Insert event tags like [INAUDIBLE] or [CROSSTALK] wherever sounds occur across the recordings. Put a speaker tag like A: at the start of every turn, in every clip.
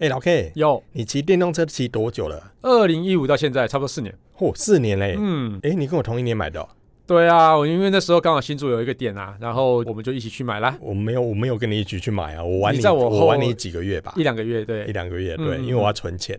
A: 哎、老 K，
B: 有
A: 你骑电动车骑多久了？
B: 二零一五到现在差不多四年。
A: 嚯、四年嘞！哎、
B: 嗯，
A: 你跟我同一年买的哦、
B: 对啊，我因为那时候刚好新竹有一个点啊，然后我们就一起去买啦，
A: 我没有，我没有跟你一起去买啊，我玩
B: 你
A: 你，
B: 在我
A: 我
B: 后
A: 玩你几个月吧
B: 一，两个月
A: 一
B: 对。
A: 两个月，
B: 嗯
A: 对，
B: 嗯
A: 因为我要存钱，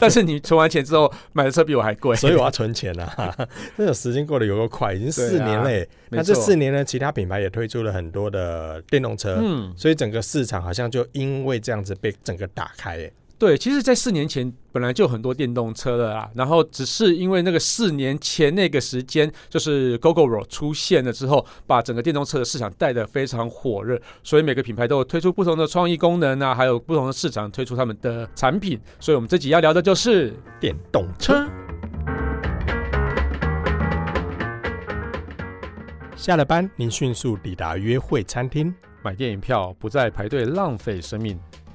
B: 但是你存完钱之后买的车比我还贵，
A: 所以我要存钱啊。 [LAUGHS] 这个时间过得有够快，已经四
B: 对啊
A: 年嘞、那
B: 没
A: 这
B: 错
A: 四年呢，其他品牌也推出了很多的电动车，
B: 嗯，
A: 所以整个市场好像就因为这样子被整个打开、哎
B: 对，其实，在四年前本来就有很多电动车了啦，然后只是因为那个四年前那个时间，就是 GoGoRo 出现了之后，把整个电动车的市场带得非常火热，所以每个品牌都有推出不同的创意功能啊，还有不同的市场推出他们的产品，所以我们这集要聊的就是
A: 电动
B: 嗯
A: 车。下了班，您迅速抵达约会餐厅，
B: 买电影票不再排队浪费生命，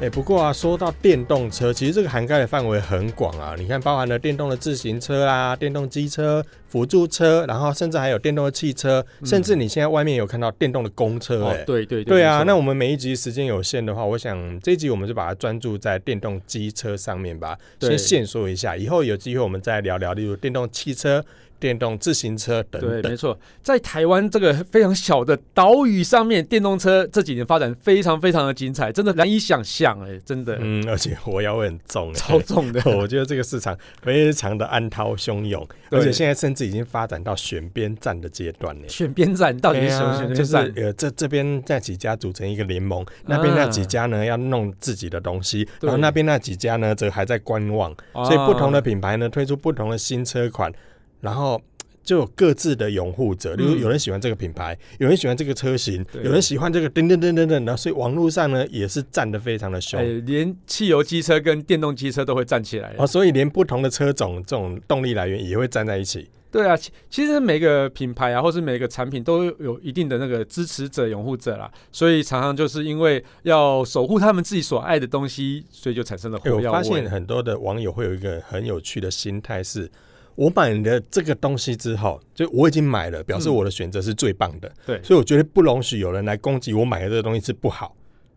A: 哎、不过啊，说到电动车，其实这个涵盖的范围很广啊。你看，包含了电动的自行车啦、电动机车、辅助车，然后甚至还有电动的汽车，
B: 嗯哦
A: 甚至你现在外面有看到电动的公车、哎、
B: 对对
A: 对啊，那
B: 我
A: 我们每一集时间有限的话，我想这一集我们就把它专注在电动机车上面吧，
B: 对
A: 先限缩一下，以后有机会我们再聊聊，例如电动汽车、电动自行车等
B: 对，
A: 等
B: 没。错，在台湾这个非常小的岛屿上面，电动车这几年发展非常非常的精彩，真的难以想象哎、真的、
A: 嗯，而且火药味很重、欸，。
B: 超重的
A: 我觉得这个市场非常的暗涛汹涌，[LAUGHS]
B: 对
A: 而且现在甚至已经发展到选边站的阶段呢、
B: 选边站到底是什么选边站？
A: 对啊就是、呃，这这边那几家组成一个联盟，那边那几家呢、要弄自己的东西，
B: 对
A: 然后那边那几家呢则还在观望。
B: 啊
A: 所以不同的品牌呢推出不同的新车款，然后就有各自的拥护者，例如
B: 嗯
A: 有人喜欢这个品牌，有人喜欢这个车型，
B: 对
A: 有人喜欢这个等等等等等，然后所以网络上呢也是站得非常的凶。
B: 哎、连汽油机车跟电动机车都会站起来。
A: 哦，所以连不同的车种，这种动力来源也会站在一起。
B: 对啊，其其实每个品牌啊，或是每个产品都有一定的那个支持者、拥护者啦，所以常常就是因为要守护他们自己所爱的东西，所以就产生了
A: 哎我
B: 火药
A: 发
B: 味。
A: 现很多的网友会有一个很有趣的心态是。我买了这个东西之后，就我已经买了，表示
B: 嗯
A: 我的选择是最棒的，
B: 对，
A: 所以我觉得不容许有人来攻击我买的这个东西是不好， [LAUGHS]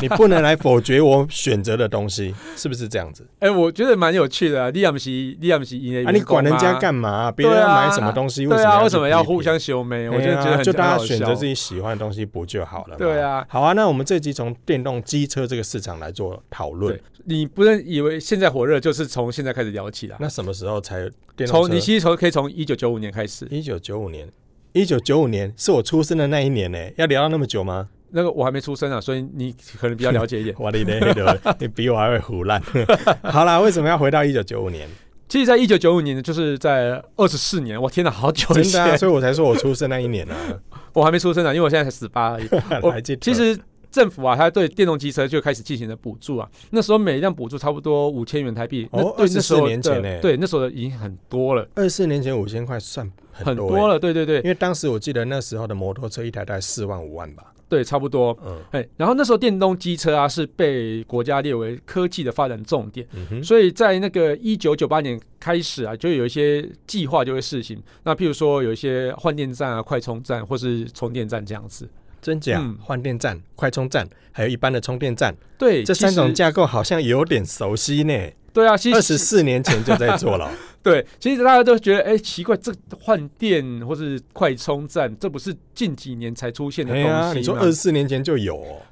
A: 你不能来否决我选择的东西，是不是这样
B: [LAUGHS]
A: 子？
B: 哎、我觉得蛮有趣的、啊。利亚姆西，利亚姆西，
A: 啊，你管人家干嘛、别人要买什么东西，
B: 啊对啊，
A: 为
B: 为什
A: 什
B: 么
A: 么
B: 要
A: 去批评
B: 互？相修眉？我就
A: 哎呀
B: 觉得很
A: 就大家
B: 很好
A: 选择
B: 笑
A: 自己喜欢的东西不就好了嘛？
B: 对啊
A: 好啊，那我们这集从电动机车这个市场来做讨论
B: 对。你不能以为现在火热就是从现在开始聊起啦。
A: 那什么时候才有电动
B: 从你
A: 车？
B: 其实从可以从一九九五年开始，
A: 一九九五年，一九九五年是我出生的那一年呢、要聊到那么久吗？。
B: 那个我还没出生啊，所以你可能比较了解一点
A: 我的嘞， [LAUGHS] 你比我还会胡乱。 [LAUGHS] 好啦，为什么要回到一九九五年？
B: 其实，在一九九五年，就是在二十四年，我天哪，好久以
A: 真的、啊，
B: 前，
A: 所以我才说我出生那一年啊，
B: [LAUGHS] 我还没出生呢、因为我现在才十八
A: [LAUGHS]
B: 而已。 [LAUGHS] 我
A: 来记得
B: 其实政府啊，它对电动机车就开始进行了补助啊。那时候每一辆补助差不多五千元台币，
A: 哦
B: 那对那时候
A: 24年前
B: 的
A: 欸
B: 对那时候的已经很多了，
A: 二四年前五千块算很
B: 很
A: 多,、欸
B: 多了，对对对
A: 因为当时我记得那时候的摩托车一台大概四万五万吧。
B: 对，差不多。
A: 嗯
B: 哎，然后那时候电动机车啊是被国家列为科技的发展重点，
A: 嗯哼，
B: 所以在那个一九九八年开始啊，就有一些计划就会试行。那譬如说有一些换电站啊、快充站或是充电站这样子。
A: 真假
B: 嗯
A: 换、电站、快充站，还有一般的充电站，
B: 对，
A: 这三种
B: 其实
A: 架构好像有点熟悉呢。
B: 对啊，其
A: 二
B: 实
A: 十四年前就在做
B: [LAUGHS]
A: 了，
B: 对，其实大家都觉得哎、奇怪，这换电或是快充站，这不是近几年才出现的
A: 哎
B: 东西
A: 呀
B: 吗？，
A: 你说二十四年前就有、哦，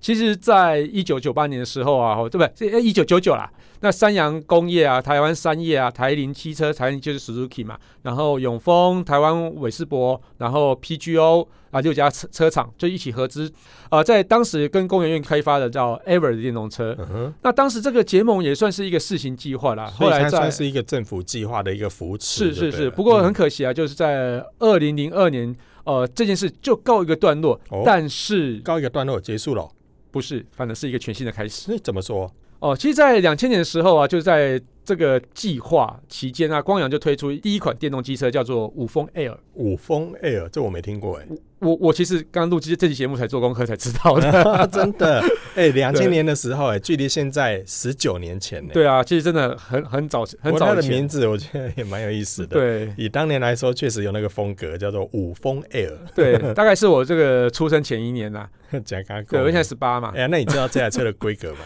B: 其实，在一九九八年的时候啊，吼对不对？这一九九九啦，那三洋工业啊，台湾三业啊，台铃汽车，台铃就是 Suzuki 嘛，然后永丰、台湾伟士博，然后 PGO 啊六家车车厂就一起合资，啊，在当时跟工研院开发的叫 Ever 的电动车。
A: 嗯哼，
B: 那当时这个结盟也算是一个试行计划啦，啊
A: 所
B: 后
A: 以
B: 来
A: 它
B: 在
A: 算是一个政府计划的一个扶持
B: 是
A: 就对
B: 是
A: 了。
B: 是，不过很
A: 嗯
B: 可惜啊，就是在二零零二年，呃，这件事就告一个段落，
A: 哦
B: 但是
A: 告一个段落结束了，
B: 不是，反而是一个全新的开始。
A: 所以怎么说？
B: 哦，其实，在两千年的时候啊，就在这个计划期间啊，光阳就推出第一款电动机车，叫做五峰 Air。
A: 五峰 Air 这我没听
B: [LAUGHS]
A: 过哎、
B: 我我其实刚录这这期节目才做功课才知道的。
A: 真的哎，两、千年的时候哎、距离现在十九年前呢、
B: [LAUGHS] 对啊，其实真的很很早
A: 不
B: 很
A: 过
B: 早
A: 它
B: 以
A: 的
B: 前。
A: 名字我觉得也蛮有意思的。，
B: 对
A: 以当年来说，确实有那个风格，叫做五峰 Air [LAUGHS]
B: 对，大概是我这个出生前一年呐、
A: 加卡
B: 对，我现在
A: 哎
B: 十八嘛。
A: 呀，那你知道这台车的规
B: [LAUGHS]
A: 格吗？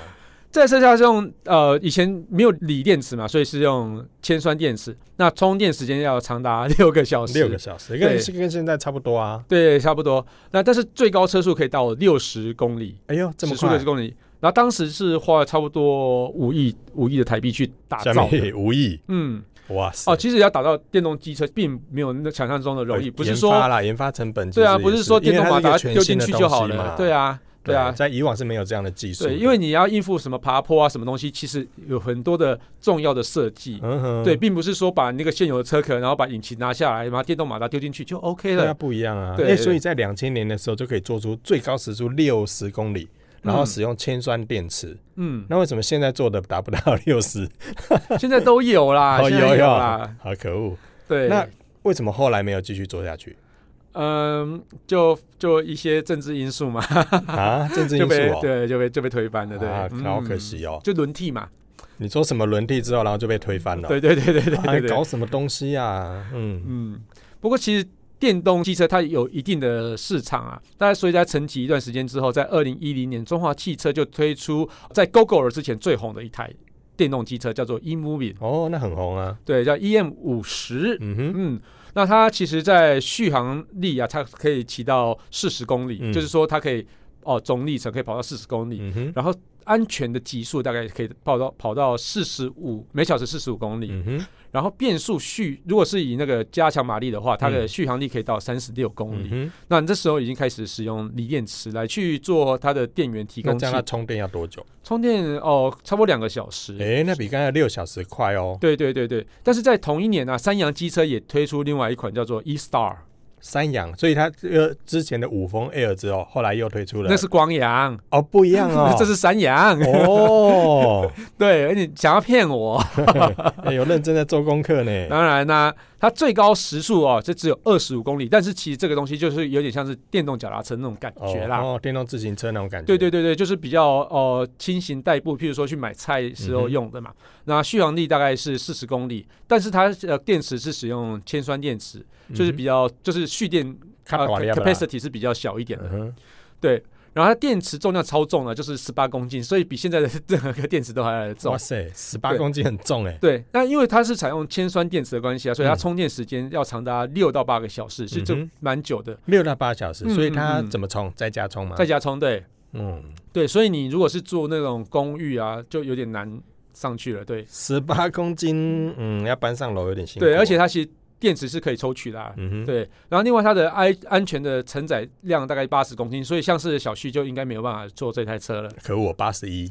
B: 这台车它是用呃以前没有锂电池嘛，所以是用铅酸电池，那充电时间要长达六个小时。
A: 六个小时，
B: 对
A: 跟跟现在差不多啊。
B: 对，差不多。那但是最高车速可以到六十公里，
A: 哎呦，这么
B: 六
A: 快
B: 十！公里。然后当时是花了差不多五亿五亿的台币去打
A: 下 [LAUGHS]
B: 造的。
A: 面无意，
B: 嗯，
A: 哇塞！
B: 哦，其实要打造电动机车，并没有那想象中的容易，
A: 呃
B: 不是
A: 研
B: 说
A: 发啦，研发成本其实
B: 对
A: 也
B: 啊，不是说电动马达
A: 因为它是一个
B: 丢
A: 全新
B: 进
A: 的
B: 去就好
A: 东西嘛
B: 了，对啊，对啊，
A: 在以往是没有这样的技术的，
B: 对，因为你要应付什么爬坡啊，什么东西，其实有很多的重要的设计。
A: 嗯哼，
B: 对，并不是说把那个现有的车壳，然后把引擎拿下来，然后电动马达丢进去就 OK
A: 对啊，
B: 了。
A: 不一样啊。
B: 对
A: 哎，所以在两千年的时候就可以做出最高时速六十公里，然后
B: 嗯
A: 使用铅酸电池。
B: 嗯，
A: 那为什么现在做的达不到六十？
B: 现在都
A: [LAUGHS]
B: 有啦，
A: 哦，
B: 啊现
A: 有
B: 在啦。
A: 好可恶！
B: 对，
A: 那为什么后来没有继续做下去
B: 嗯，就就一些政治因素嘛，
A: 啊？政治因
B: [LAUGHS] 就
A: 素
B: 被
A: 哦，
B: 对就被就被推翻了，对
A: 啊，，
B: 嗯
A: 好可，惜哦。
B: 就轮替嘛。
A: 你说什么轮替之后，然后就被推翻了？
B: 对对对对
A: 啊，
B: 对对对，
A: [LAUGHS] 搞什么东西啊？嗯，
B: 嗯，不过其实。电动汽车它有一定的市场啊，但是所以在沉寂一段时间之后，在二零一零年，中华汽车就推出在 GoGo 之前最红的一台电动机车，叫做 eMovin，
A: 哦，那很红啊。
B: 对，叫 EM 五十。
A: 嗯哼，
B: 嗯，那它其实，在续航力啊，它可以骑到四十公里，
A: 嗯
B: 就是说它可以哦，总里程可以跑到四十公里，
A: 嗯哼，
B: 然后安全的极速大概可以跑到跑到四十五每小时四十五公里，
A: 嗯哼，
B: 然后变速续如果是以那个加强马力的话，它的
A: 嗯
B: 续航力可以到三十六公
A: 嗯
B: 里。
A: 哼。
B: 那你这时候已经开始使用锂电池来去做它的电源提
A: 那
B: 供
A: 这
B: 器
A: 样，它充电要多久？
B: 充电哦，差不多两个小时。
A: 诶，那比刚才六小时快哦。
B: 对对对对，但是在同一年呢、啊，三洋机车也推出另外一款叫做 E Star，
A: 三洋，所以它呃之前的五峰 Air 之后，后来又推出了，
B: 那是光阳，
A: 哦不一样
B: [LAUGHS]
A: 哦，
B: 这是山羊。 [LAUGHS]
A: 哦，
B: 对，而且想要骗我，
A: 哎有认真在做功课呢。
B: 当然啦、它最高时速哦，这只有二十五公里，但是其实这个东西就是有点像是电动脚踏车那种感
A: 哦
B: 觉啦。
A: 哦，电动自行车那种感觉。嗯
B: 对对对对，就是比较呃轻型代步，譬如说去买菜时候用的嘛。
A: 嗯
B: 那续航力大概是四十公里，但是它呃电池是使用铅酸电池，
A: 嗯哼，
B: 就是比较、就是蓄电
A: 较
B: 呃
A: 大粒啦
B: capacity 是比较小一点的。
A: 嗯哼
B: 对，然后它电池重量超重了，就是十八公斤，所以比现在的 [LAUGHS] 任何一个电池都还来得重
A: 哇。塞，十八
B: 对
A: 公斤很重哎。
B: 对，那因为它是采用铅酸电池的关系啊，所以它
A: 嗯
B: 充电时间要长达六到八个小时，是就
A: 嗯哼
B: 蛮久的，
A: 六到八小时，
B: 嗯
A: 所以它
B: 嗯嗯
A: 怎么充？在家充吗？
B: 在家充对
A: 嗯，
B: 对，所以你如果是住那种公寓啊，就有点难上去了，对
A: 十八公斤，嗯，要搬上楼有点辛苦。哦
B: 对，而且，它其实电池是可以抽取的、啊。
A: 嗯哼，
B: 对，然后另外它的安安全的承载量大概八十公斤，所以像是小旭就应该没有办法坐这
A: [LAUGHS]
B: 台车了。
A: 可我八十
B: [LAUGHS]
A: 一，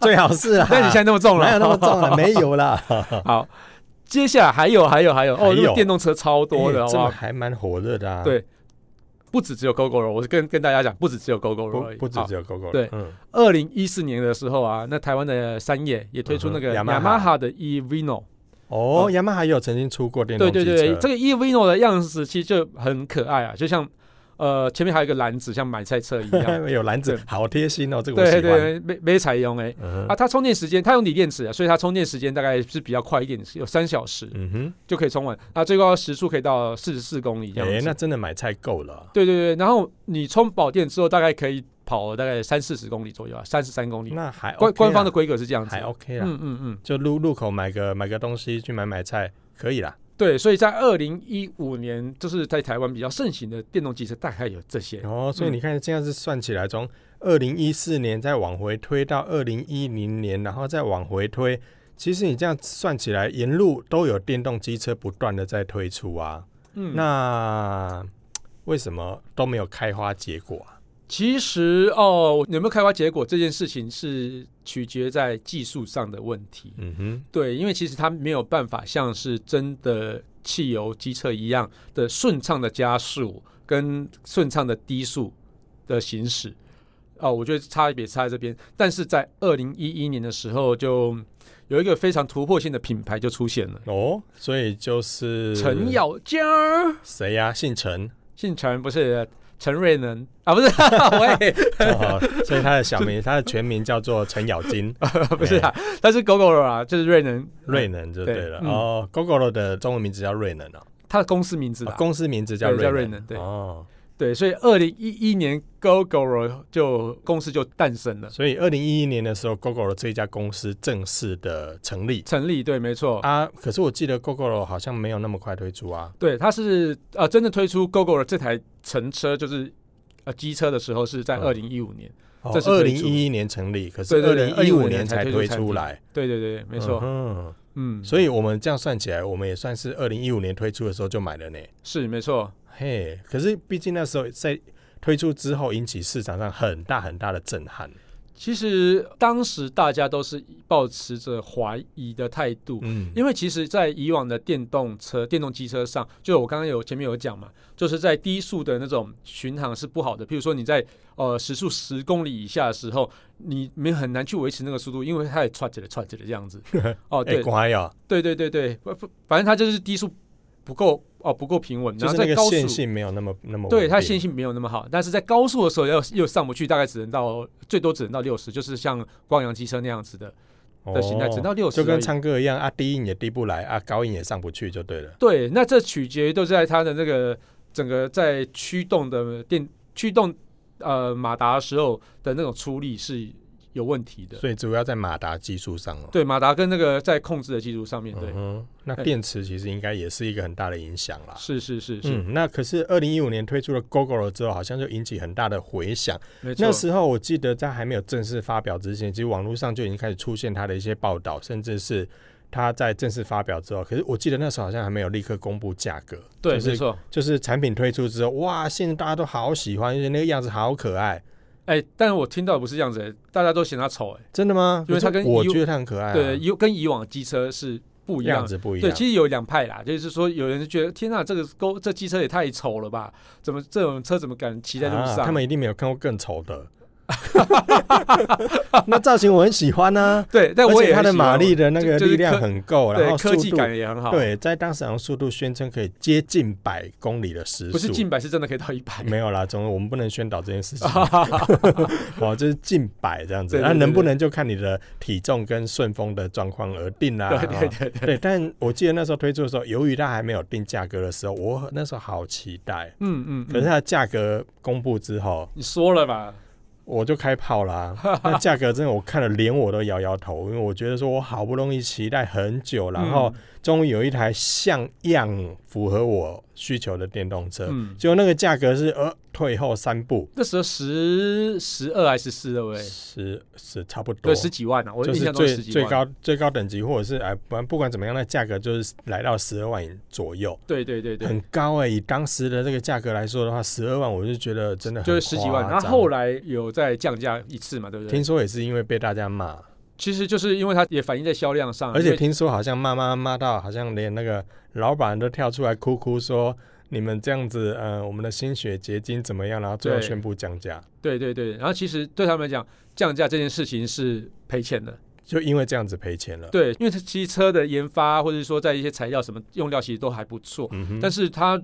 A: 最好是啊。
B: 但你现在那么重了，
A: 哪有那么重啊？没有啦，
B: 好，接下来还有还有还有
A: 还
B: 哦，
A: 有
B: 那个电动车超 [LAUGHS] 多的
A: 哎
B: 好
A: 这
B: 不
A: 个
B: 好？
A: 还蛮火热的啊。
B: 对不止只有 GoGo 我是跟跟大家讲，不止只有 GoGo
A: 不
B: o
A: 不止只有 GoGo
B: 对
A: 嗯，
B: 二零一四年的时候啊，那台湾的山野也推出那个
A: 嗯
B: 雅
A: 哼雅
B: 马
A: 马
B: 哈的 E eVino，
A: 哦，
B: 嗯
A: 雅马哈也有曾经出过电动
B: 对
A: 机
B: 对
A: 车，
B: 对，
A: [LAUGHS]
B: 这个 E eVino 的样子其实就很可爱啊，就像呃前面还有一个篮子，像买菜
A: [LAUGHS]
B: 车一样。
A: 有篮子
B: 对，
A: 好贴心哦，这个我喜
B: 对
A: 欢。
B: 对，没没采用哎、
A: 嗯
B: 啊，
A: 哼，
B: 它充电时间，它用锂电池啊，所以它充电时间大概是比较快一点，有三小时
A: 嗯哼，
B: 就可以充完。那最高时速可以到四十四公里这样子。
A: 哎，那真的买菜够了。
B: 对对对，然后你充饱电之后，大概可以跑大概三四十公里左右啊，三十三公里。
A: 那还 OK
B: 官
A: 啦
B: 官方的规格是这样子，
A: 还 OK 啊啦，
B: 嗯嗯嗯，
A: 就路路口买个买个东西去买买菜可以啦。
B: 对，所以在二零一五年，就是在台湾比较盛行的电动机车，大概有这些。
A: 哦，所以
B: 嗯
A: 你看现在是算起来，从二零一四年再往回推到二零一零年，然后再往回推，其实你这样算起来，沿路都有电动机车不断的在推出啊。
B: 嗯，
A: 那为什么都没有开花结果啊？
B: 其实哦，有没有开花结果这件事情是取决在技术上的问题。
A: 嗯哼，
B: 对，因为其实它没有办法像是真的汽油机车一样的顺畅的加速跟顺畅的低速的行驶。哦，我觉得差别差在这边。但是在二零一一年的时候，就有一个非常突破性的品牌就出现了，
A: 哦，所以就是
B: 陈咬金儿，
A: 谁呀、姓陈、
B: 姓陈不是陈瑞能
A: [LAUGHS]
B: 啊，不是，喂，
A: 哦，所以他的小名，他的全名叫做陈咬
B: [LAUGHS]
A: 金
B: [LAUGHS] 不是啊，他是狗狗了啦，就是瑞能，
A: 瑞能就对了。
B: 对嗯
A: 哦，Gogoro 的中文名字叫瑞能啊，
B: 他的公司名字
A: 哦
B: 啦，
A: 公司名字叫
B: 对叫
A: 瑞
B: 瑞能对
A: 哦，
B: 对，所以二零一一年 GoGo 就公司就诞生了，
A: 所以二零一一年的时候，Gogoro 这家公司正式的成立
B: 成立，对，没错，
A: 啊。可是我记得 Gogoro 好像没有那么快推出啊。
B: 对，它是呃真正推出 GoGo 这台乘车，就是呃机车的时候是在
A: 嗯
B: 二零一五年，
A: 哦
B: 这是
A: 二
B: 推
A: 零
B: 出
A: 一一年成立，可是
B: 对
A: 二
B: 对对
A: 零一五
B: 2015年
A: 才
B: 才
A: 推
B: 推出
A: 出来，
B: 对对对，没错，
A: 嗯哼，
B: 嗯，
A: 所以我们这样算起来，我们也算是二零一五年推出的时候就买了呢。
B: 是没错，
A: 嘿，可是毕竟那时候在推出之后，引起市场上很大很大的震撼。
B: 其实当时大家都是抱持着怀疑的态度，
A: 嗯，
B: 因为其实，在以往的电动车、电动机车上，就我刚刚有前面有讲嘛，就是在低速的那种巡航是不好的。譬如说你在呃时速十公里以下的时候，你们很难去维持那个速度，因为它也窜起来、窜起来这样
A: [LAUGHS]
B: 子。哦，
A: 哎、
B: 对
A: 乖哦，
B: 对对对对，不不反正它就是低速不够哦，不够平稳，
A: 就
B: 然
A: 是
B: 后
A: 那
B: 在
A: 个
B: 高
A: 线
B: 速。
A: 性没有那么那么
B: 对它
A: 稳定
B: 线性没有那么好，但是在高速的时候要又上不去，大概只能到最多只能到六十，就是像光阳机车那样子的的形态，只能到六十。
A: 哦就跟唱歌一样啊，低音也低不来啊，高音也上不去就对了。
B: 对，那这取决于都是在它的那个整个在驱动的电驱动呃马达的时候的那种出力是有问题的。
A: 所以主要在马达技术上哦。
B: 对，马达跟那个在控制的技术上面对，
A: 嗯哼，那
B: 哎
A: 电池其实应该也是一个很大的影响啦。
B: 是是是是，
A: 嗯，那可是二零一五年推出了 Gogoro 之后，好像就引起很大的回响。
B: 没错
A: 那。时候我记得在还没有正式发表之前，其实网络上就已经开始出现它的一些报道，甚至是它在正式发表之后，可是我记得那时候好像还没有立刻公布价格，
B: 对，
A: 就
B: 没
A: 是
B: 错。
A: 就是产品推出之后，哇，现在大家都好喜欢，因为那个样子好可爱，
B: 哎，但是我听到的不是这样子，大家都嫌它丑，哎，
A: 真的吗？
B: 因为它跟
A: 我
B: 以
A: 觉得它很可爱、啊，
B: 对，，以跟以往的机车是不一样
A: 样
B: 的。
A: 子不一
B: 对，
A: 样。
B: 其实有两派啦，就是说有人觉得天呐，这个勾这机车也太丑了吧？怎么这种车怎么敢骑在路
A: 啊
B: 上？
A: 他们一定没有看过更丑的。 [LAUGHS] 那造型我很喜欢呢、
B: 对，但
A: 而
B: 哎我
A: 且
B: 也
A: 它的
B: 很喜欢
A: 马力的那
B: 就
A: 个
B: 就是
A: 力量
B: 科
A: 很够，然
B: 对
A: 后速
B: 科技
A: 度
B: 感也很好。
A: 对，在当时好像速度宣称可以接近百公里的时速，
B: 不是近百，是真的可以到一 [LAUGHS] 百。啊
A: 没有啦，总之我们不能宣导这件
B: [LAUGHS]
A: 事情，哦，就是近百这样子，
B: 对对
A: 那
B: 对
A: 能不能就看你的体重跟顺风的状况而定啦、
B: 对对
A: 哦
B: 对对，
A: 对但我记得那时候推出的时候，由于它还没有定价格的时候，我那时候好期待。
B: 嗯嗯。
A: 可是
B: 嗯
A: 它的价格公布之后，
B: 你说了吧？
A: 我就开炮啦、
B: [LAUGHS]
A: 那价格真的我看了连我都摇摇头，因为我觉得说我好不容易期待很久，然后
B: 嗯
A: 终于有一台像样符合我需求的电动车，
B: 嗯，
A: 结果那个价格是呃退后三步，
B: 那时候十十二还是十四的喂，
A: 十是差不多
B: 对，，十几万啊，我
A: 就
B: 印
A: 是
B: 象中
A: 最
B: 十几
A: 最
B: 万。，
A: 高最高等级或者是哎，不不管怎么样，那价格就是来到十二万左右，
B: 对对对对，
A: 很高哎、以当时的这个价格来说的话，十二万我就觉得真的很
B: 就是十几万。
A: 夸
B: 然后
A: 张
B: 后来有再降价一次嘛，对不对
A: 听？说也是因为被大家骂，
B: 其实就是因为它也反映在销量上，
A: 而
B: 啊因
A: 且
B: 为
A: 听说好像骂骂骂到好像连那个老板都跳出来哭哭说。你们这样子，呃，我们的心血结晶怎么样？然后最后
B: 对
A: 宣布降价，
B: 对对对，然后其实对他们来讲，降价这件事情是赔钱的。
A: 就因为这样子赔钱了。
B: 对，因为它机车的研发或者是说在一些材料什么用料其实都还不错，
A: 嗯哼
B: 但是它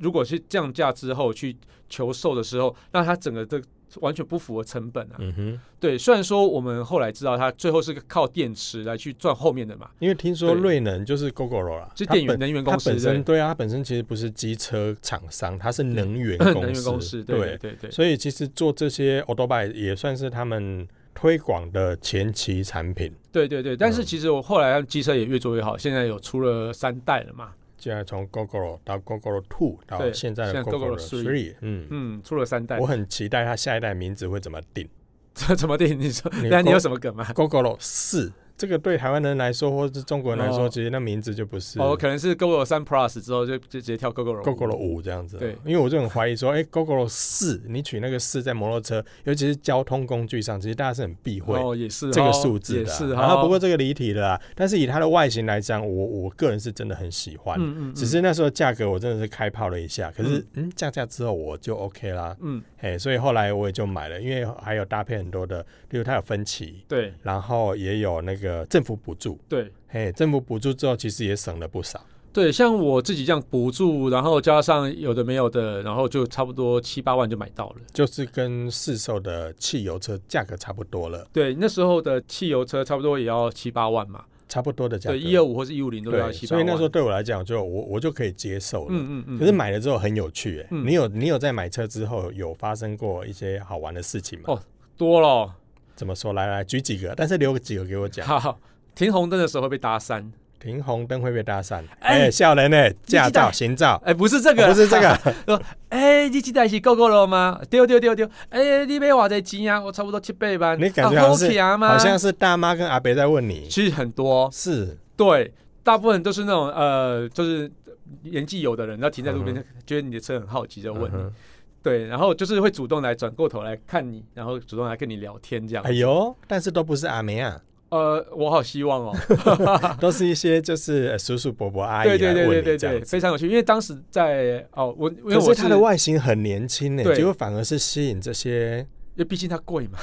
B: 如果是降价之后去求售的时候，那它整个这完全不符合成本啊。
A: 嗯哼，
B: 对，虽然说我们后来知道它最后是靠电池来去赚后面的嘛，
A: 因为听说
B: 对
A: 瑞能就是 Gogoro 啦，
B: 是
A: 它
B: 电源
A: 本
B: 能源
A: 它
B: 公司
A: 本身
B: 对嗯
A: 对啊，它本身其实不是机车厂商，它是能
B: [LAUGHS]
A: 源公司，
B: 能源公司，对对对对，
A: 所以其实做这些 o d o b i 也算是他们推广的前期产品，
B: 对对对。但是
A: 嗯
B: 其实我后来他们机车也越做越好，现在有出了三代了嘛，
A: 现在从 Gogoro 到 Gogoro Two 到
B: 对
A: 现在的
B: 现在
A: Gogoro
B: Gogoro
A: Three，嗯。
B: 嗯，出了三代
A: 我。很期待它下一代名字会怎么定
B: 这怎么定？你说，
A: 你
B: 那你
A: 公
B: 有什么梗吗？
A: ，Gogoro 四这个对台湾人来说，或是中国人来说，
B: 哦
A: 其实那名字就不是
B: 哦，可能是 GoGo 三 Plus 之后就就直接跳 GoGo 了。
A: Gogoro 五这样子。
B: 对
A: 因为我就很怀疑说，哎、g o g o r o 四，你取那个四在摩托车，尤其是交通工具上，其实大家是很避讳。
B: 哦，也是
A: 这个
B: 哦
A: 数字
B: 也
A: 的啊、
B: 是
A: 然后
B: 哦
A: 不过这个离题了啊，但是以它的外形来讲，我我个人是真的很喜欢。
B: 嗯嗯，
A: 只是那时候价格我真的是开炮了一下，可是
B: 嗯
A: 嗯降价之后我就 OK 啦，
B: 嗯嗯
A: 嘿，所以后来我也就买了，因为还有搭配很多的，例如它有分期，
B: 对
A: 然后也有那个政府补助，
B: 对
A: 嘿，政府补助之后其实也省了不少，
B: 对，像我自己这样补助，然后加上有的没有的，然后就差不多七八万就买到了。
A: 就是跟市售的汽油车价格差不多了，
B: 对，那时候的汽油车差不多也要七八万嘛，
A: 差不多的价格，
B: 对，一二五或是一五零都要
A: 对，
B: 七八
A: 所以
B: 万。
A: 那时候对我来讲就我我就可以接受了，
B: 嗯嗯嗯，
A: 可是买了之后很有趣、欸，
B: 嗯
A: 你有你有在买车之后有发生过一些好玩的事情吗？
B: 哦多了哦，
A: 怎么说？来来举几个，但是留几个给我
B: [LAUGHS]
A: 讲。
B: 好，停红灯的时候会被搭讪，
A: 停红灯会被搭讪，
B: 哎
A: 哎，笑人呢，驾
B: 你知道
A: 照、行照，
B: 哎，不是这个，
A: 哦不是这个，
B: [LAUGHS] 哎，你这台是 GoGo 了吗？丢丢丢丢，哎，你买偌济钱啊？我差不多七百万，
A: 你感觉好像是
B: 啊
A: 好像
B: 是，
A: 是大妈跟阿伯在问你，
B: 其实很多，哦
A: 是
B: 对，大部分都是那种呃，就是年纪有的人，然后停在路边
A: 嗯，
B: 觉得你的车很好奇，就
A: 嗯
B: 问你，
A: 哼
B: 对，然后就是会主动来转过头来看你，然后主动来跟你聊天这样。
A: 哎呦，但是都不是阿梅啊，
B: 呃，我好希望哦，
A: 都是一些就是呃叔叔伯伯 [LAUGHS] 阿姨
B: 对对
A: 来
B: 对对
A: 问
B: 对
A: 你这
B: 对，
A: 样子。
B: 非常有趣，因为当时在哦，我因为
A: 可
B: 我
A: 是它的外形很年轻呢，欸
B: 对
A: 结果反而是吸引这
B: [LAUGHS]
A: 些。
B: 因为毕竟它贵嘛，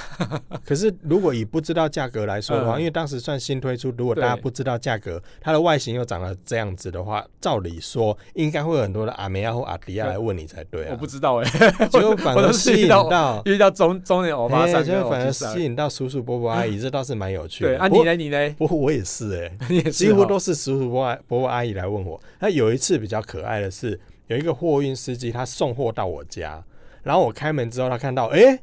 A: 可是如果以不知道价格来说的话，
B: 嗯
A: 因为当时算新推出，如果大家
B: 对
A: 不知道价格，它的外形又长得这样子的话，照理说应该会有很多的阿梅亚或阿迪亚来问你才对啊。
B: 我不知道哎、
A: 结果反
B: 我
A: 而
B: 都是
A: 吸
B: 遇
A: 引
B: 到
A: 到，
B: 遇到中中年欧巴
A: 哎
B: 桑
A: 结
B: 跟
A: 果
B: 欧
A: 反而
B: 吉桑
A: 吸引到叔叔伯伯阿姨，这倒是蛮有趣的。
B: 对啊，
A: 不
B: 你
A: 过
B: 呢？你呢？
A: 不过我也是哎、
B: [LAUGHS] 你也是
A: 几乎
B: 哦
A: 都是叔叔伯伯伯伯阿姨来问我。那有一次比较可爱的是，有一个货运司机他送货到我家，然后我开门之后，他看到，哎、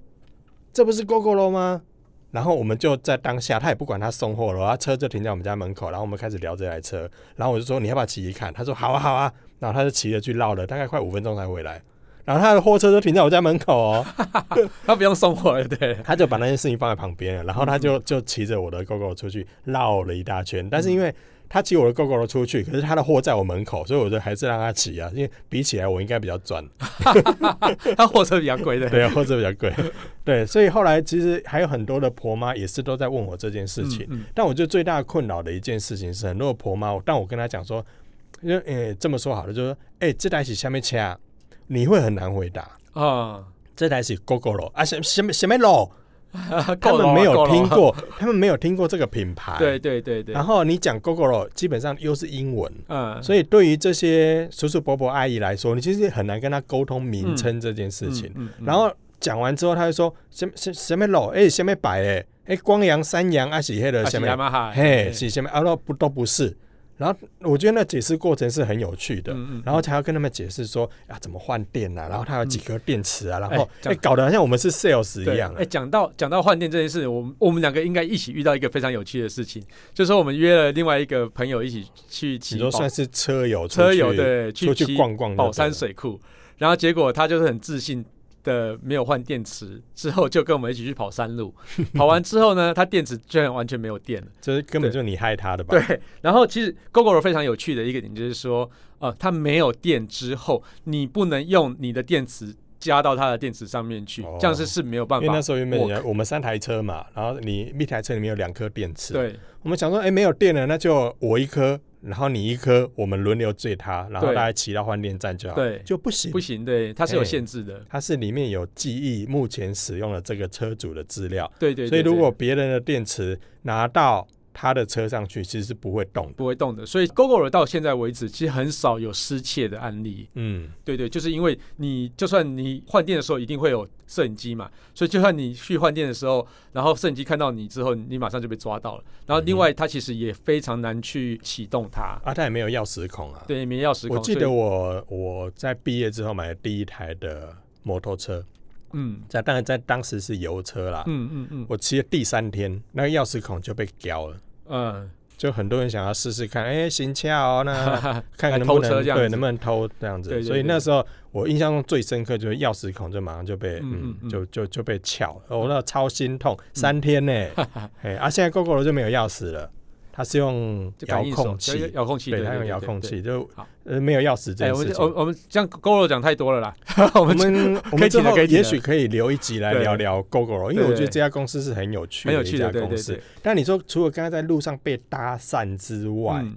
A: 这不是 GoGo 喽吗？然后我们就在当下，他也不管他送货了，他车就停在我们家门口，然后我们开始聊这台车，然后我就说你要不要骑一看？他说好啊好啊，然后他就骑着去绕了，大概快五分钟才回来。然后他的货车就停在我家门口哦，
B: 他不用送货了，对。
A: [LAUGHS] 他就把那件事情放在旁边了，然后他就就骑着我的 GoGo 出去绕了一大圈，但是因为他骑我的 GoGo 出去，可是他的货在我门口，所以我就还是让他骑啊，因为比起来我应该比较 [LAUGHS] 赚，
B: 他货车比较贵的，
A: 对，啊货车比较贵， [LAUGHS] 对，所以后来其实还有很多的婆妈也是都在问我这件事情，
B: 嗯
A: 但我觉得最大的困扰的一件事情是，很多的婆妈，但我跟她讲说，因为呃这么说好了，就是说，哎、这台是下面车啊，你会很难回答，
B: 嗯啊，
A: 这台是 GoGo 咯啊，什什么什么咯。他
B: 够了
A: 们
B: 啊
A: 没有听，
B: 够了
A: 过，他们没有听过这个品牌。
B: 啊对。对对对
A: 然，后你讲 Gogoro，基本上又是英文，
B: 嗯，
A: 所以对于这些叔叔伯伯阿姨来说，你其实很难跟他沟通名称这件事情。
B: 嗯，嗯嗯
A: 然后讲完之后，他就说什么什么什么楼，哎，什么摆哎，哎，光阳、山阳啊，是黑的
B: 啊
A: 什
B: 是雅
A: 么，
B: 马哈，
A: 嘿，是什么啊？都不都不是。然后我觉得那解释过程是很有趣的。
B: 嗯
A: 然后才要跟他们解释说啊，怎么换电啊，然后它有几颗电池啊，然后
B: 哎
A: 哎、
B: 讲
A: 搞得好像我们是 sales 一样、啊
B: 哎，讲到讲到换电这件事，我们我们两个应该一起遇到一个非常有趣的事情，就是说我们约了另外一个朋友一起去骑
A: 你都
B: 宝
A: 算是车友出去，
B: 车友对
A: 出去
B: 骑
A: 逛逛就
B: 宝
A: 对
B: 山
A: 了，
B: 水库，然后结果他就是很自信的没有换电池，之后就跟我们一起去跑山路，跑完之后呢，他电池居然完全没有电了。
A: 就是根本就你害他的吧？
B: 对，然后其实 GoGo 非常有趣的一个点就是说，呃，它没有电之后，你不能用你的电池加到它的电池上面去，
A: 哦
B: 这样是是没有办
A: 因为
B: 法
A: 那。时候原本人家我们三台车嘛，然后你一台车里面有两颗电池，，
B: 对
A: 我们想说，哎、没有电了，那就我一颗，然后你一颗，我们轮流追它，然后
B: 对
A: 大家骑到换电站就好，
B: 对，
A: 就不行
B: 不。行，对，它是有
A: 嘿
B: 限制的。
A: 它是里面有记忆目前使用的这个车主的资料，
B: 对对对
A: 所以如
B: 对
A: 果别人的电池拿到他的车上去，其实是不会动的。
B: 不会动的，所以 GoGo 到现在为止，其实很少有失窃的案例。
A: 嗯，
B: 对对，就是因为你就算你换电的时候一定会有摄影机嘛，所以就算你去换电的时候，然后摄影机看到你之后，你马上就被抓到了。然
A: 嗯
B: 后另外，它其实也非常难去启动它，
A: 啊，他也没有钥匙孔啊。
B: 对，没钥匙孔。
A: 我记
B: 所
A: 得
B: 以，
A: 我我在毕业之后买的第一台的摩托车，
B: 嗯
A: 在当然在当时是油车啦。
B: 嗯嗯嗯，
A: 我骑了第三天，那个钥匙孔就被叼了。 [LAUGHS]
B: 嗯，
A: 就很多人想要试试看，哎、行车哦，
B: [LAUGHS]
A: 那看看
B: 来
A: 能不
B: 偷车
A: 能
B: 这样子
A: 对能不能偷这样子。
B: 对对
A: 所以
B: 对
A: 那时候我印象中最深刻就是钥匙孔就马上就被
B: 嗯
A: 嗯
B: 嗯嗯嗯
A: 就就哦
B: [LAUGHS]
A: 就被撬了，我、那超心痛，三天呢、哎、啊现在 GoGo 就没有钥匙了，它是用
B: 就
A: 遥
B: 感应手
A: 控器，
B: 遥控器，
A: 对，它用遥控。
B: 对
A: 器，就
B: 好
A: 呃没有钥匙这
B: 对哎，
A: 件
B: 我
A: 事
B: 们
A: 情。
B: 我我们这样 Goro 讲太多
A: [LAUGHS]
B: 了啦，我
A: 我
B: 们
A: 们我
B: 可以
A: 们之
B: 请的
A: 后
B: 可以请
A: 也
B: 的
A: 许可以留一集来
B: 对
A: 聊聊 GoGo，因为
B: 对
A: 我觉得这家公司是很有趣
B: 很有
A: 的一
B: 趣
A: 家
B: 的，对
A: 公
B: 对
A: 司
B: 对。，
A: 但你说除了刚才在路上被搭讪之外，
B: 嗯，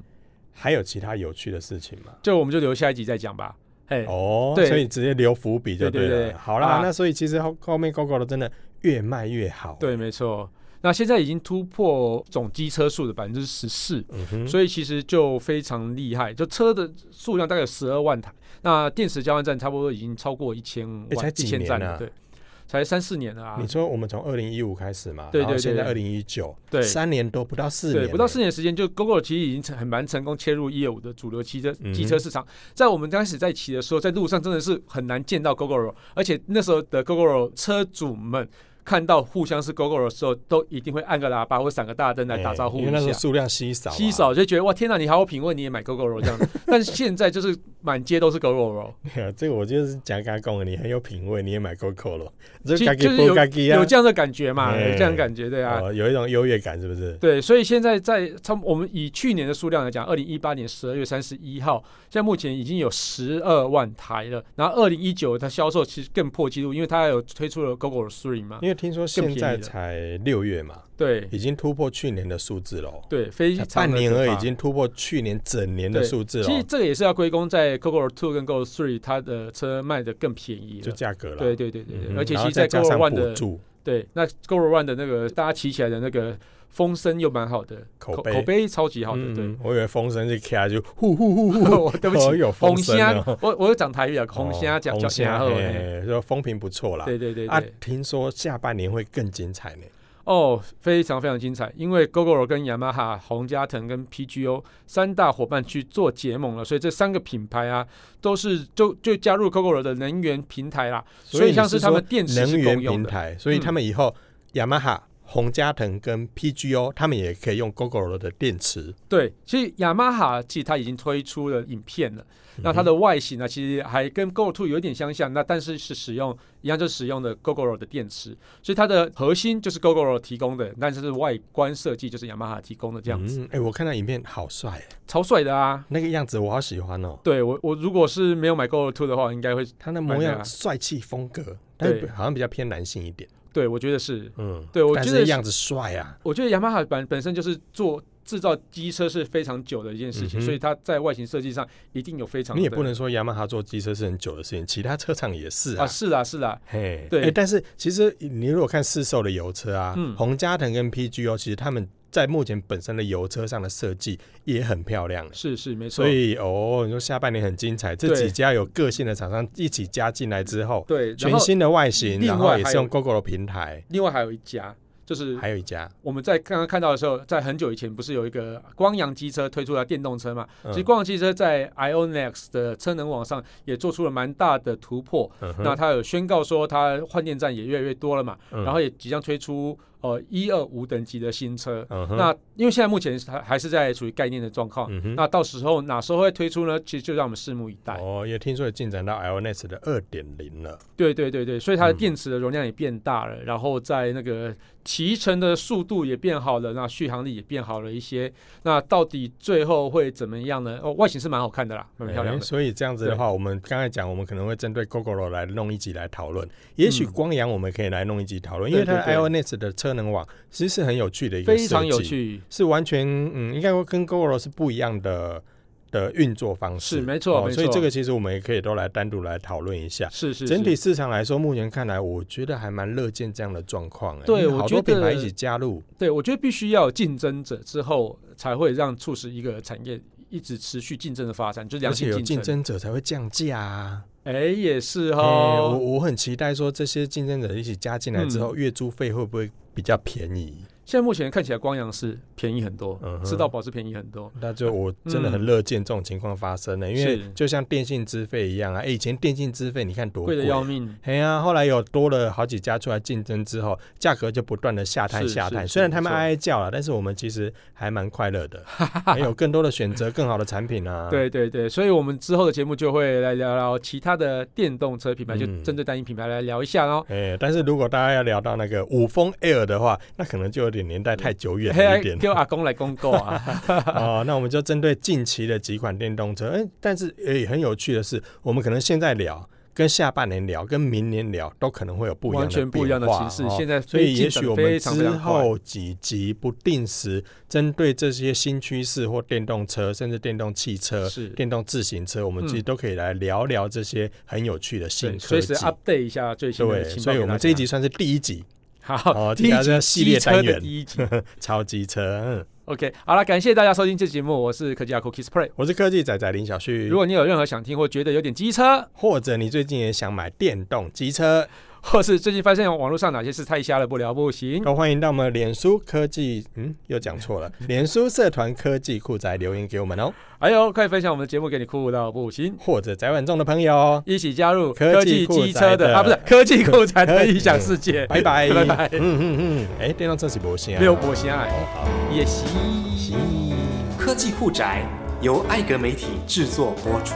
A: 还有其他有趣的事情吗？
B: 就我们就留下一集再讲吧。嘿，
A: 哦，
B: 对
A: 所以直接留伏笔就
B: 对
A: 了。
B: 对对
A: 好啦，
B: 啊
A: 那所以其实后后面 GoGo 的真的越卖越好。，
B: 对，没错。那现在已经突破总机车数的百分之十四，
A: 嗯哼，
B: 所以其实就非常厉害。就车的数量大概有十二万台，那电池交换站差不多已经超过一千
A: 欸
B: 万，
A: 才
B: 一
A: 几
B: 千站
A: 年
B: 了，
A: 啊
B: 对，才三四年了啊
A: 你，说我们从二零一五开始嘛，
B: 对
A: 然后
B: 对对
A: 现在二
B: 对
A: 零一九，
B: 对
A: 三年多不到四年
B: 对，
A: 了，
B: 不到四年的时间，就 GoGo 其实已经成很蛮成功切入业务的主流汽车
A: 嗯
B: 机车市场。在我们刚开始在骑的时候，在路上真的是很难见到 GoGo，而且那时候的 GoGo 车主们看到互相是 GoGo 的时候，都一定会按个喇叭或闪个大灯来打招呼
A: 哎
B: 一
A: 因为那时候
B: 下。
A: 数量稀少啊，
B: 稀少就觉得哇天哪，你好有品味，你也买 GoGo 这样。 [LAUGHS] 但是现在就是满街都
A: [LAUGHS]
B: 是 GoGo，
A: 这个我就是讲给他讲，你很有品味，你也买 GoGo 了，这
B: 其
A: 嘎
B: 实
A: 吉
B: 就是
A: 不嘎吉啊，
B: 有这样的感觉嘛？
A: 哎
B: 有这样的感觉，对啊。
A: 哦有一种优越感，是不是？
B: 对，所以现在在他们我们以去年的数量来讲，二零一八年十二月三十一号，现在目前已经有十二万台了。然后二零一九它销售其实更破纪录，因为它有推出了 GoGo Three 嘛。
A: 因为听说现
B: 更便
A: 在
B: 宜了
A: 才六月嘛，
B: 对
A: 已经突破去年的数字了哦，
B: 对，非
A: 才
B: 常
A: 半
B: 的
A: 年
B: 可
A: 而已
B: 怕
A: 已。经突破去年整年的
B: 对
A: 数字了
B: 其实
A: 哦，
B: 这个也是要归功在 GoGo Two 跟 GoGo Three 它的车卖的更便宜
A: 就
B: 了。
A: 价格了。
B: 对对对对，
A: 嗯
B: 对而且
A: 然后
B: 其实
A: 再
B: 在
A: 加
B: GoGo
A: 上
B: One
A: 补
B: 的
A: 助
B: 对，那 GoGo One 的那个大家骑起来的那个风声又蛮好的，
A: 口碑
B: 口碑超级好的，
A: 嗯
B: 对。
A: 我以为风声是卡就呼呼呼呼，
B: [LAUGHS] 我对不起
A: 哦，有风
B: 红
A: 声
B: 虾
A: 哦，，
B: 我我有讲台语啊，红虾讲
A: 红
B: 讲
A: 虾，
B: 虾后，嘿
A: 哎，说风评不错啦。
B: 对对对
A: 啊
B: 对，，
A: 听说下半年会更精彩呢。
B: 哦，非常非常精彩，因为 GoGo 跟雅马哈、洪家腾跟 PGO 三大伙伴去做结盟了，所以这三个品牌啊，都是就就加入 GoGo 的能源平台啦，所以
A: 你
B: 像是他们
A: 说
B: 电池
A: 能
B: 是
A: 源
B: 共用
A: 平
B: 的嗯
A: 台，所以他们以后雅马哈、红加藤跟 PGO，他们也可以用 GoGo 的电池。
B: 对，其实雅马哈其实它已经推出了影片了，那它
A: 嗯
B: 的外形呢，其实还跟 Go Two 有点相像，那但是是使用一样，就使用的 GoGo 的电池，所以它的核心就是 GoGo 提供的，但是外观设计就是雅马哈提供的这样子，
A: 嗯，哎、我看到影片好帅欸，
B: 超帅的啊！
A: 那个样子我好喜欢哦。
B: 对我，我如果是没有买 GoGo Two 的话，应该会
A: 他那模
B: 啊
A: 样帅气风格，但是好像比较偏男性一点。
B: 对我觉得是，
A: 嗯，
B: 对我
A: 但
B: 觉
A: 是
B: 得
A: 样子帅啊。
B: 我觉得雅马哈本本身就是做制造机车是非常久的一件事情，
A: 嗯哼
B: 所以它在外形设计上一定有非常
A: 你也
B: 的
A: 不能说雅马哈做机车是很久的事情，其他车厂也是啊。
B: 啊，是啦是啦，
A: 嘿，
B: 对
A: 哎但是其实你如果看市售的油车啊，
B: 嗯
A: 红加藤跟 PGO，其实他们在目前本身的油车上的设计也很漂亮欸
B: 是是没错
A: 所，以哦，你说下半年很精彩，这
B: 嗯对
A: 几家有个性的厂商一起加进来之后，
B: 对，然
A: 全
B: 后
A: 新的外形，
B: 另
A: 然后
B: 外
A: 也
B: 还
A: 是
B: 有
A: 用 GoGo 的平台，
B: 另外还有一家，就是
A: 还有一家，
B: 我们在刚刚看到的时候，在很久以前不是有一个光阳机车推出了电动车嘛？
A: 嗯
B: 其实光阳机车在 IONX 的车能网上也做出了蛮大的突破。
A: 嗯
B: 那
A: 哼，
B: 它有宣告说，它换电站也越来越多了嘛，
A: 嗯
B: 然后也即将推出呃一二五等级的新车。
A: 嗯哼，
B: 那因为现在目前还还是在处于概念的状况，
A: 嗯哼，
B: 那到时候哪时候会推出呢？其实就让我们拭目以待。
A: 哦，也听说也进展到 LNS 的二点零了，
B: 对对对对，所以它的
A: 嗯
B: 电池的容量也变大了，然后在那个骑乘的速度也变好了，那续航力也变好了一些。那到底最后会怎么样呢？哦，外形是蛮好看的啦，蛮漂亮
A: 哎
B: 的。
A: 所以这样子的话，我们刚才讲，我们可能会针对 GoGo 来弄一集来讨论，也许
B: 嗯
A: 光阳我们可以来弄一集讨论，
B: 对
A: 因为它的
B: 对对
A: LNS 的车能网其实是很有趣的一个
B: 非常
A: 设
B: 有
A: 计，
B: 趣，
A: 是完全嗯，应该说跟 GoGo 是不一样的的运作方式，哦
B: 是没错没错
A: 所以这个其实我们也可以都来单独来讨论一下。
B: 是是是
A: 整体市场来说，目前看来，我觉得还蛮乐见这样的状况、哎
B: 对
A: 因为
B: 我
A: 好
B: 觉
A: 多品
B: 得
A: 牌一起加入，
B: 对，我觉得必须要有竞争者之后，才会让促使一个产业一直持续竞争的发展，就是
A: 而
B: 良
A: 且
B: 性
A: 有
B: 竞
A: 竞。争者才会降价啊。
B: 哎，也是
A: 哎我
B: 哦。
A: 我很期待说这些竞争者一起加进来之
B: 嗯
A: 后，月租费会不会比较便宜？
B: 现在目前看起来光阳是便宜很多
A: 嗯，哼
B: 吃到饱是便宜很多。
A: 那就我真的很乐见这种情况发生了、因为
B: 嗯是
A: 就像电信资费一样啊，哎、以前电信资费你看多
B: 贵
A: 贵
B: 的要命，
A: 哎呀、后来有多了好几家出来竞争之后，价格就不断的下探
B: 是
A: 下探。
B: 是
A: 虽然他们
B: 是没错
A: 哀哀叫了，但是我们其实还蛮快乐
B: [LAUGHS]
A: 的，还有更多的选择，更好的产品啊。
B: 对对对，所以我们之后的节目就会来聊聊其他的电动车品牌，就
A: 嗯
B: 针对单一品牌来聊一下哦。
A: 哎，但是如果大家要聊到那个五峰 Air 的话，那可能就有点点年代太久远了一
B: [LAUGHS] 嘿，
A: 点。
B: 叫阿公来公购啊，
A: 哦，那我们就针对近期的几款电动车，哎、但是也很有趣的是，我们可能现在聊，跟下半年聊，跟明年聊，都可能会 [LAUGHS] 有不一样的
B: 完全不一样的
A: 变化
B: 形式。
A: 哦
B: 现在
A: 所以
B: 进
A: 也
B: 展
A: 许我
B: 非
A: 们
B: 常非
A: 之
B: 常快
A: 后几集不定时针对这些新趋势或电动车，甚至电动汽车、
B: 是
A: 电动自行车，我们
B: 嗯
A: 其实都可以来聊聊这些很有趣的新
B: 对，
A: 科
B: 随时
A: 技。
B: update 一下最新的
A: 对，
B: 情报。
A: 所以我们这一集算是第一集
B: [LAUGHS] 好，
A: 哦
B: 第一
A: 大家
B: 集
A: 这系列
B: 机车
A: 单
B: 的
A: 元
B: 第一集。
A: 超机车。嗯，
B: OK，好了，感谢大家收听这节目，我是科技阿酷 Kiss Play。
A: 我是科技仔仔林小旭。
B: 如果你有任何想听或觉得有点机车，
A: 或者你最近也想买电动机车，
B: 或是最近发现网络上哪些事太瞎了不聊不行，
A: 都欢迎到我们脸书科技，嗯，又讲错了，脸书社团科技酷宅留言给我们哦，
B: 还有哎快分享我们的节目给你酷到不行，
A: 或者宅晚中的朋友哦，
B: 一起加入
A: 科
B: 科
A: 技
B: 技
A: 酷
B: 机
A: 宅
B: 车的
A: 的
B: 啊，不是科技酷宅的异想世界。
A: 拜拜，
B: 拜拜 [LAUGHS]
A: 嗯嗯嗯，哎、电动车是不行啊，
B: 没有博相爱，
A: 哦，好，
B: 也行。
A: 行。
C: 科技酷宅由艾格媒体制作播出。